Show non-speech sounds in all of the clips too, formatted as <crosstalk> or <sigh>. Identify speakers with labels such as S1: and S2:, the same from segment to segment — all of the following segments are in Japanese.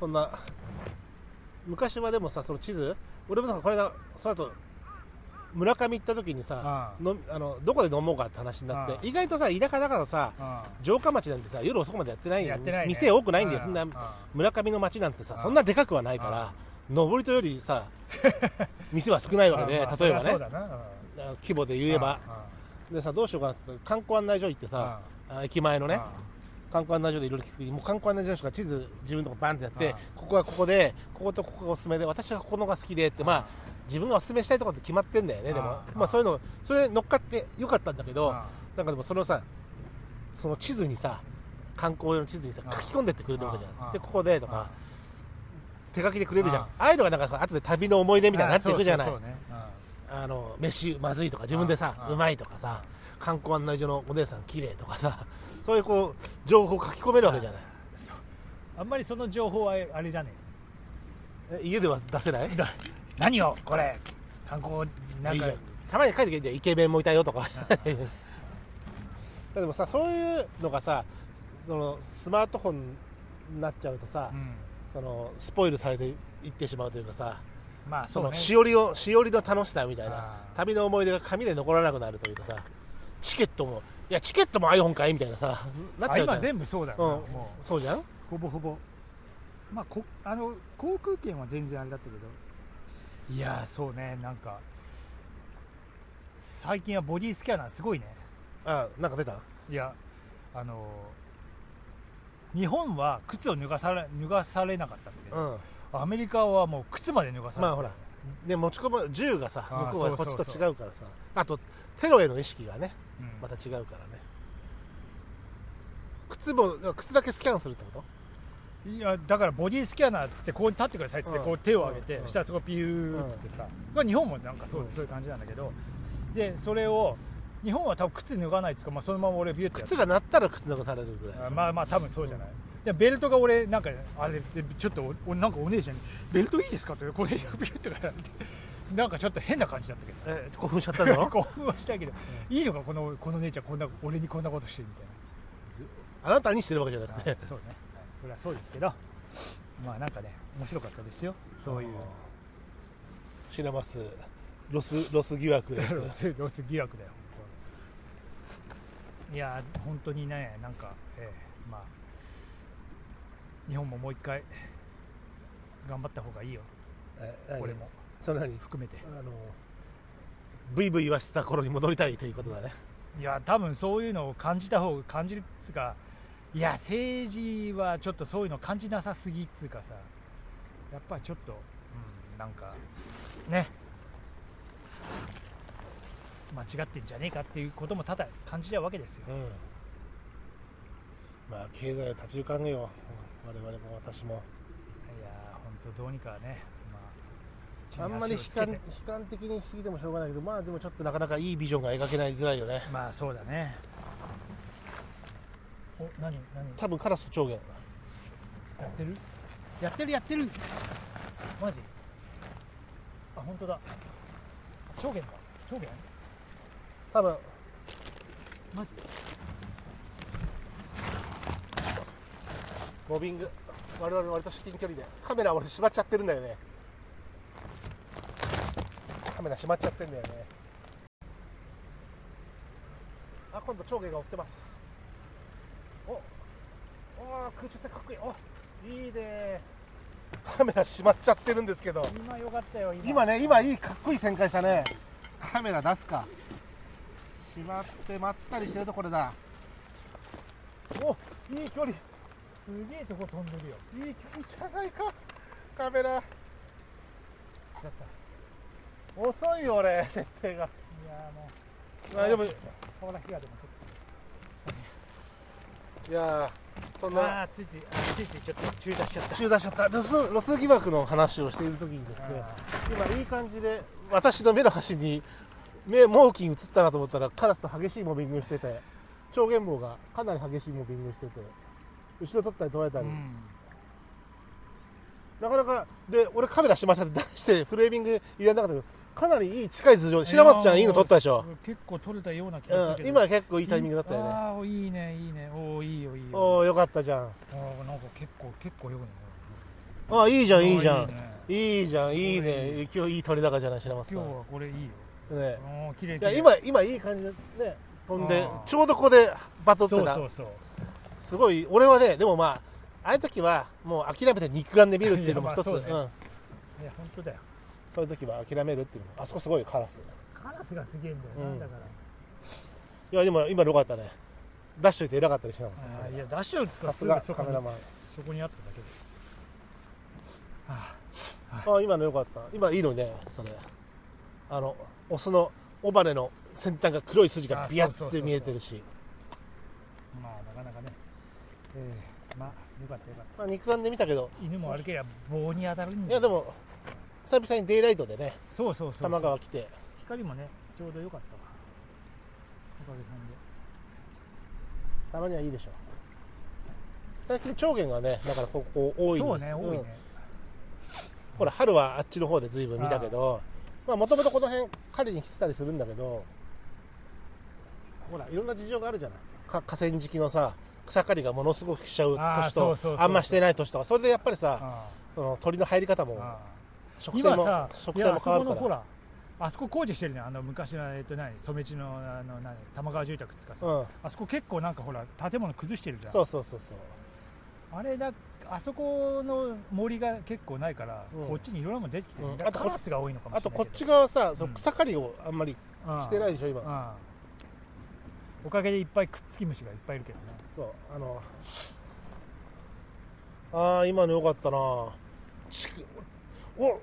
S1: こんな昔はでもさその地図俺もなんかこれだその後村上行った時にさ
S2: あ
S1: のあのどこで飲もうかって話になっ
S2: あ
S1: て意外とさ田舎だからさ
S2: あ
S1: 城下町なんてさ夜遅くまでやってない
S2: やってないね
S1: 店多くないんだよ
S2: あ
S1: そんな
S2: あ
S1: 村上の町なんてさ
S2: あ
S1: そんなでかくはないか
S2: あ
S1: ら上りとより
S2: <laughs>
S1: さ店は少ないわけで
S2: まあ
S1: 例えば
S2: そりゃ
S1: ね
S2: そうだなうん
S1: 規模で言えば
S2: あ
S1: でさどうしようかなって言ったら観光案内所行って
S2: あ
S1: さあ駅前のね
S2: あ
S1: 観光案内所でいろいろ聞くときにもう観光案内所の人が地図自分のとこバンってやって
S2: あ
S1: ここはここでこことここがおすすめで私はここのが好きでってまあ自分がおすすめしたいところって決まってんだよねでも
S2: あ
S1: まあそういうのそれ乗っかってよかったんだけ
S2: あ
S1: ど
S2: あ
S1: なんかでもそのさその地図にさ観光用の地図にさ
S2: あ
S1: 書き込んでってくれるわけじ
S2: あ
S1: ゃ
S2: あ
S1: んでここでとか手書きでくれるじゃん
S2: あ
S1: ああいうのがなんかさ後で旅の思い出みたいになっていくじゃない
S2: あそうそうそうねうん
S1: あの飯まずいとか自分でさ
S2: ああ
S1: うまいとかさ観光案内所のお姉さん綺麗とかさ <laughs> そういうこう情報を書き込めるわけじゃない
S2: あんまりその情報はあれじゃねえ
S1: え家では出せない
S2: 何よこれ観光なん
S1: いい
S2: か
S1: じゃんたまに書いてくれてイケメンもいた <laughs> よとかでもさそういうのがさそのスマートフォンになっちゃうとさ、
S2: うん
S1: そのスポイルされていってしまうというかさ
S2: まあ
S1: そ
S2: そう
S1: の
S2: ね
S1: しおりをしおりの楽しさみたいな
S2: あー
S1: 旅の思い出が紙で残らなくなるというかさチケットもいやチケットも iPhone かいみたいなさなっ
S2: あ
S1: ちゃうじゃ
S2: 今
S1: ん
S2: 全部そうだ
S1: う
S2: よ
S1: ん
S2: なもう
S1: そうじゃん
S2: ほぼほぼまあこあの航空券は全然あれだったけどいやーそうねなんか最近はボディスキャナーすごいね
S1: あなんか出た
S2: いやあのー日本は靴を脱がされ脱がされなかったんだけ
S1: う
S2: ど、
S1: ん
S2: アメリカはもう靴まで脱がされ
S1: まあ
S2: た
S1: ほらで持ち込む銃がさ
S2: あー
S1: 向こうは
S2: そ
S1: こ
S2: う
S1: っ
S2: そう
S1: ち
S2: そ
S1: と
S2: う
S1: 違うからさあとテロへの意識がね
S2: うん
S1: また違うからね靴も靴だけスキャンするってこ
S2: いやだからボディスキャナーっつってこう立ってくださいっつって
S1: うん
S2: こう手を上げて、
S1: うん
S2: そしたらそこピューっつってさ、まあ、日本もなんかそう,、
S1: うん
S2: そういう感じなんだけどでそれを日本は多分靴脱がないっつうか、まあ、そのまま俺ビューって
S1: と
S2: やっ
S1: 靴が鳴ったら靴脱がされるぐら
S2: あ
S1: い
S2: まあまあ多分そうじゃない、でベルトが俺なんかあれでちょっとおおなんかお姉ちゃんに「ベルトいいですか?」ってこれビューってからってなんかちょっと変な感じだったけど
S1: え興奮しちゃった
S2: <laughs>
S1: の
S2: 興奮はしたけど、いいのかこのこの姉ちゃんこんな俺にこんなことしてみたいな
S1: あなたにしてるわけじゃなくて
S2: あそうね、はいそれはそうですけどまあなんかね面白かったですよそういう
S1: シナマスロスロス疑
S2: <laughs>
S1: 惑
S2: ロスロス疑惑だよ本当にいやー本当にねなんか、ええまあ日本ももう一回頑張った方がいいよ
S1: え何
S2: 俺も
S1: それ何
S2: 含めて
S1: あのブイブイ言わせた頃に戻りたいということだね
S2: いや多分そういうのを感じた方が感じるっつうかいや政治はちょっとそういうの感じなさすぎっつうかさやっぱりちょっと、うん、なんかね間違ってんじゃねえかっていうことも多々感じちゃうわけですよ
S1: うんまあ経済を立ち行かんよ我々も私も
S2: いやー本当どうにかね、まあ、
S1: あんまり悲
S2: 地に
S1: 観
S2: 足をつけ
S1: 悲
S2: て
S1: 観的にしすぎてもしょうがないけどまあでもちょっとなかなかいいビジョンが描けないづらいよね
S2: まあそうだねお何何
S1: 多分カラスと長言
S2: やってるやってるやってるマジあ本当だ長元だ長元
S1: 多分
S2: マジ
S1: ボビング我々割と至近距離でカメラ俺縛っちゃってるんだよねカメラ閉まっちゃってんだよねあ今度長毛が追ってますおおー空中戦かっこいいおいいねカメラ閉まっちゃってるんですけど
S2: 今よかったよ今
S1: 今ね今いいかっこいい旋回したねカメラ出すかしまってまったりしてるとこれだ
S2: おいい距離すげえとこ飛んでるよ
S1: いい距離じゃないかカメラ
S2: だったい
S1: 遅いよ俺設定が
S2: やーもう
S1: あでもい
S2: ほら火がでもちょっ
S1: やーそん
S2: と
S1: な
S2: あーついついあーついついちょっと中断しちゃった
S1: 中断しちゃったロスロス疑惑の話をしている時にですね
S2: あ
S1: 今いい感じで私の目の端に目毛巾映ったなと思ったらカラスと激しいモビングしてて超原毛がかなり激しいモビングしてて後ろ取ったり取られた
S2: ー
S1: り、
S2: うん
S1: なかなかで俺カメラしましたって出してフレーミング入れなかったけどかなりいい近い頭上白松ちゃんいいの撮ったでしょ、
S2: 結構取れたような気がする
S1: う
S2: け
S1: ん、
S2: ど
S1: 今結構いいタイミングだったよね
S2: ああいいねいいねおおいいよいいよ
S1: おおよかったじゃん
S2: あーなんか結構結構よくね
S1: あいいじゃんいいじゃ
S2: あ
S1: ん
S2: ーね
S1: いいじゃんいいね今日いい取れ高じゃない白松さ
S2: 今日
S1: ん
S2: はこれいいよ
S1: ね
S2: おー綺麗
S1: いや
S2: 綺麗
S1: 今今いい感じでね飛んで
S2: あー
S1: ちょうどここでバトって
S2: そう
S1: た
S2: そうそう
S1: すごい俺はねでもまあああいう時はもう諦めて肉眼で見るっていうのも一つ
S2: いやまあそううね
S1: ん、
S2: いや本当だよ
S1: そういう時は諦めるっていうのもあそこすごいよカラス
S2: カラスがすげえんだよ、
S1: う
S2: なんん、だから
S1: いやでも今のよかったね出しといて偉かったりしなか
S2: あ
S1: っ
S2: ーいや出しを使
S1: たさ
S2: う
S1: す
S2: す
S1: が
S2: ぐ
S1: カ
S2: そ
S1: メ
S2: こ
S1: ラ
S2: に
S1: マン
S2: そこにあっただけですあ
S1: あ今のよかった今いいのにねそれあのオスの尾羽の先端が黒い筋がビヤ
S2: あそうそ
S1: ッ
S2: う
S1: て
S2: そうそう
S1: 見えてるし
S2: ーまあなかなかねえー、まあよかったよかっ
S1: まあ、肉眼で見たけど
S2: た犬も歩けりゃ棒に当たるん
S1: い
S2: だ
S1: や
S2: よ
S1: でも久々にデイライトでね
S2: そうそうそうそう
S1: 玉川来て
S2: 光もねちょうどよかったわおかげさんで
S1: たまにはいいでしょ最近長原がねだからここ多いん
S2: そう
S1: です
S2: ね多いね、
S1: うんほら春はあっちの方で随分見たけどまあもともとこの辺狩りに来てたりするんだけどほらいろんな事情があるじゃないか河川敷のさ草刈りがものすごくしちゃう
S2: あー
S1: 年と
S2: そうそうそうそう
S1: あんましてない年とかそれでやっぱりさ
S2: あ
S1: その鳥の入り方
S2: あ
S1: も
S2: ああ
S1: 植生
S2: 今
S1: も
S2: さ
S1: 植
S2: い
S1: 生
S2: や
S1: も
S2: あそ
S1: 変わ
S2: こ
S1: る
S2: の
S1: か
S2: ほ
S1: ら
S2: らあそこ工事してるねあの昔のえっと何染地のあの何玉川住宅っつうかさ、
S1: うん
S2: あそこ結構なんかほら建物崩してるじゃん
S1: そうそうそうそう
S2: あれだあそこの森が結構ないから、
S1: うん
S2: こっちにいろんなもん出てきてる、
S1: うん
S2: だから
S1: あとこ
S2: カラスが多いのかも
S1: あ
S2: しれ
S1: と
S2: ないけど
S1: こっち側はさそう
S2: うん
S1: 草刈りをあんまりしてない
S2: い
S1: でしょ今
S2: おかげでいっぱいくっつき虫がいっぱいいるけどね
S1: そうあのああ今のよかったなちくおおっ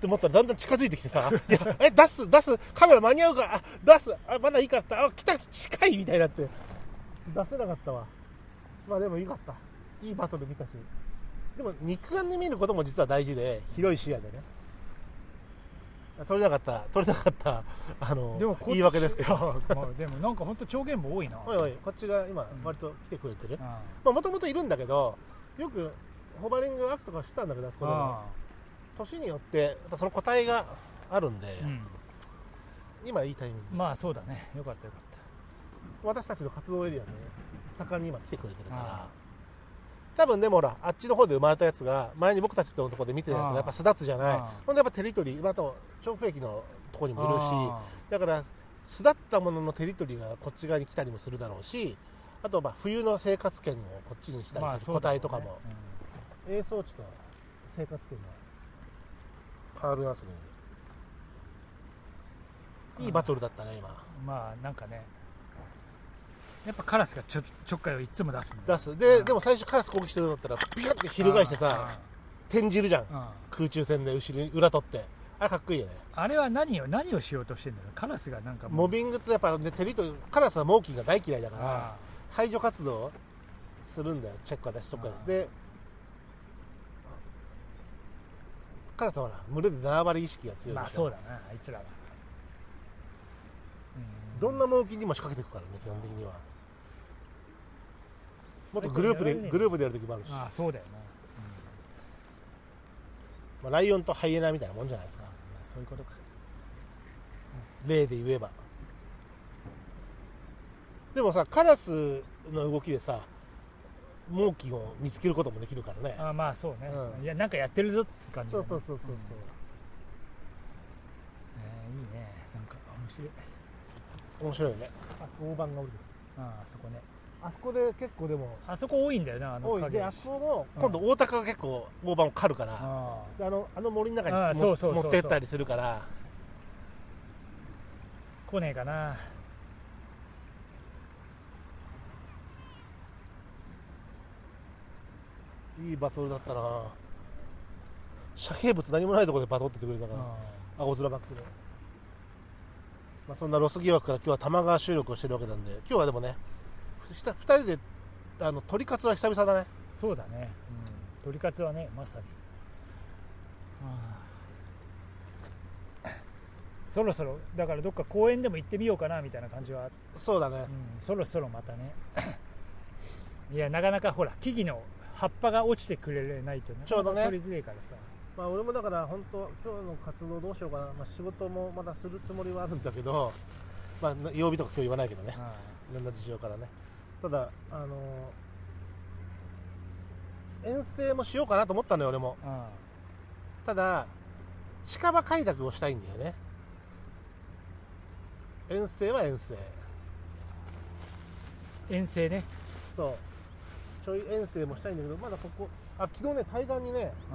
S1: て思ったらだんだん近づいてきて
S2: <laughs>
S1: さ「いやえ出す出すカメラ間に合うかあ出すあまだいいかったあ来た近い」みたいになって出せなかったわまあでもよかったいいバトル見たしでも肉眼で見ることも実は大事で広い視野でね撮れなかった撮れなかったあの
S2: でもこっち
S1: 言い訳ですけど <laughs>
S2: いや <laughs> まあでもなんか本当長言も多いな
S1: おいおいこっちが今
S2: うん
S1: 割と来てくれてる
S2: うんあ
S1: まあ、もともといるんだけど、よくホバリングアクトがしたんだけど、あそこでも
S2: あ
S1: 年によって、やっぱその個体があるんで、
S2: うん
S1: 今いいタイミング、
S2: まあそうだねよかったよかった
S1: 私たちの活動エリアで、ね、盛んに今来てくれてるから
S2: あ、
S1: 多分でもほら、あっちの方で生まれたやつが、前に僕たちのところで見てたやつが、
S2: ああ
S1: やっぱ巣立つじゃない
S2: ああ、
S1: ほんでやっぱテリトリー、あと調布駅のとこにもいるし、
S2: あ
S1: だから巣立ったもののテリトリーがこっち側に来たりもするだろうし、あとまあ冬の生活圏をこっちにし
S2: ー
S1: た
S2: ま
S1: り
S2: あ
S1: す
S2: そ
S1: る個
S2: うだろ
S1: 体
S2: うね
S1: とかも。映装地と生活圏が変わるやつねいいバトルだったね今
S2: うんまあなんかねやっぱカラスがちょちょっかいをいつも出すんだよ
S1: 出すで、
S2: うん
S1: でも最初カラス攻撃してるんだったらビカッて翻してさ転じるじゃん
S2: あーあー
S1: 空中戦で後ろに裏取ってあれかっこいいよね
S2: あれは何を何をしようとしてんだろうカラスがなんか
S1: モ
S2: ビ
S1: ビングってやっぱ、ね、テリトリーカラスは猛禽が大嫌いだから排除活動をするんだよチェック私とか
S2: あー
S1: でカラスはほら群れで縄張り意識が強いでしょ、
S2: まあそうだなあいつらはう
S1: どんな猛禽にも仕掛けていくからね基本的にはもっとグループで
S2: だってやられるよね
S1: グループでやる時もあるし
S2: ああそうだよな、
S1: まあ、ライオンとハイエナみたいなもんじゃないですか
S2: まあ、そういうことか
S1: 例で言えばでもさカラスの動きでさ猛禽を見つけることもできるからね
S2: ああまあそうね、
S1: うん
S2: いやなんかやってるぞっつう感じだね、
S1: そう
S2: そうそうえーいいねなんか面白い
S1: 面白いよねあ大判が降りてる
S2: ああそこね
S1: あそこで結構でも
S2: あそこ多いんだよなあの
S1: 多い
S2: 影
S1: で
S2: だ
S1: あ
S2: し
S1: そこも
S2: うん
S1: 今度大高が結構大判を狩るから、
S2: あ
S1: あのあの森の中に
S2: ああ
S1: も
S2: そうそうそうそ
S1: 持
S2: う
S1: ってったりするから
S2: あ来ねえかな
S1: いいバトルだったな遮蔽物何もないところでバトっててくれたから、
S2: あ
S1: 青空バックで、まあ、そんなロス疑惑から今日は玉川収録をしてるわけなんで今日はでもねふした2人であの鳥カツは久々だね
S2: あそうだね、うん、鳥カツはねまさにああそろそろだからどっか公園でも行ってみようかなみたいな感じは
S1: そうだね
S2: うん、そろそろまたね <coughs> いやなかなかほら木々の葉っぱが落ちてくれないとね
S1: ちょうどね
S2: 取りづらいからさ
S1: まあ俺もだから本当今日の活動どうしようかな、まあ、仕事もまだするつもりはあるんだけどまあな曜日とか今日言わないけどね
S2: あ
S1: いろんな事情からねただあのー遠征もしようかなと思ったのよ俺も
S2: うん
S1: ただ近場開拓をしたいんだよね遠征は遠征
S2: 遠征ね、
S1: そうちょい遠征もしたいんだけどまだここあ昨日ね対岸にねあ
S2: う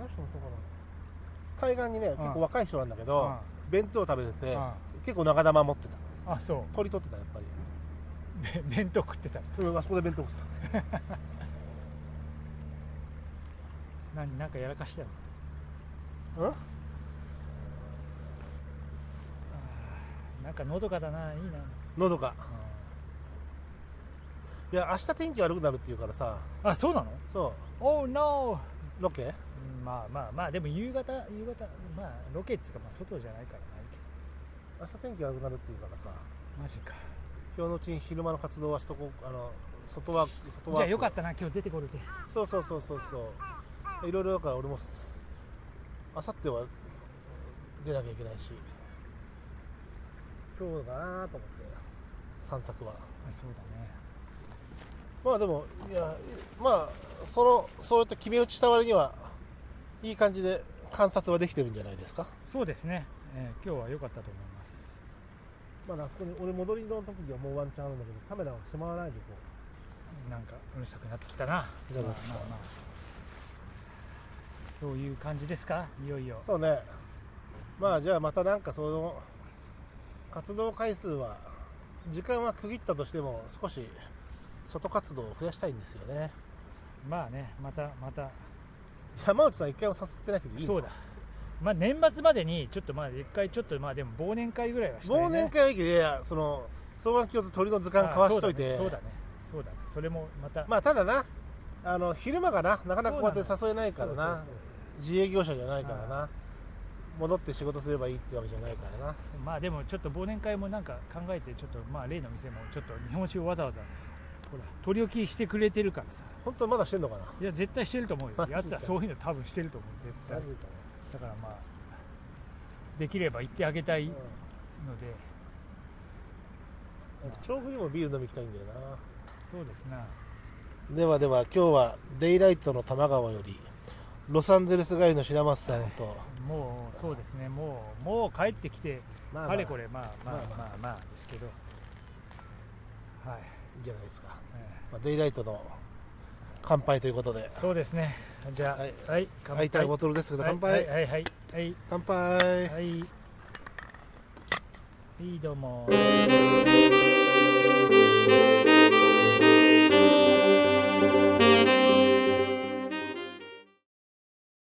S1: の人もそうかな対岸にね
S2: ん
S1: 結構若い人なんだけ
S2: ん
S1: ど、
S2: うん
S1: 弁当食べてて、
S2: うん
S1: 結構長玉持ってた
S2: あそ
S1: 取り取ってたやっぱり
S2: うべ弁当食ってた
S1: うんあそこで弁当食って
S2: 何なんかやらかしたの
S1: たうん
S2: あーなんかのどかだないいな、
S1: のどか
S2: う
S1: いや明日天気悪くなるっていうからさ
S2: んあそうなの
S1: そ
S2: ?Oh no!
S1: うロケ
S2: うんまあまあまあでも夕方夕方まあロケっつうかまあ外じゃないからないけ
S1: 明日天気悪くなるっていうからさ
S2: どマジか
S1: 今日のうちに昼間の活動はしとこうあの外は外は
S2: じゃあよかったな今日出てこれて
S1: そうそうそうそうそういろいろだから俺もす明後日は出なきゃいけないし今日だなと思って散策は
S2: あそうだね
S1: まあでもいやまあそのそうやって決め打ちした割にはいい感じで観察はできてるんじゃないですか
S2: そうですね、えー今日は良かったと思います
S1: まだあそこに俺戻りの時にはもうワンチャンあるんだけどカメラはしまわないでこ
S2: なんかうるさくなってきたな
S1: うるさくな
S2: ま
S1: っ
S2: あ
S1: てきた
S2: まあまあそういう感じですかいよいよ
S1: そうねまあじゃあまたなんかその活動回数は時間は区切ったとしても少し外活動を増やしたいんですよね
S2: まあねまたまた
S1: 山内さん一回も誘ってなくていいの
S2: そうだまあ年末までにちょっとまあ一回ちょっとまあでも忘年会ぐらいはしたいね
S1: 忘年会はいいけどいやその双眼鏡と鳥の図鑑交わしといて
S2: あそうだねそうだねそうだねそれもまた、
S1: まあただなあの昼間がななかなかこうやって誘えないからな
S2: そうそう
S1: 自営業者じゃないから
S2: は
S1: な戻って仕事すればいいってわけじゃないからな
S2: まあでもちょっと忘年会もなんか考えてちょっとまあ例の店もちょっと日本酒をわざわざほら取り置きしてくれてるからさ
S1: 本当にまだしてんのかない
S2: や絶対してると思う
S1: <laughs> マ
S2: よ
S1: ジか
S2: やつはそういうの多分してると思う絶対
S1: マジか
S2: だからまあできれば行ってあげたい
S1: な
S2: ので、
S1: うんあと調布にもビール飲み行きたいんだよな
S2: そうですな
S1: ではでは今日はデイライトの多摩川よりロサンゼルス帰りの白松さんと、
S2: もうそうですねもうもう帰ってきて
S1: まあま
S2: か
S1: あ
S2: れこれまあまあ
S1: まあ
S2: まあまあですけどはい、
S1: いいじゃないですか、
S2: え
S1: まあ、デイライトの乾杯ということで
S2: ーそうですねじゃあ
S1: は
S2: はいい、乾
S1: 空いたいボトルですけど乾杯、
S2: はいはいはいはい
S1: 乾杯、
S2: はい、はい、どうも。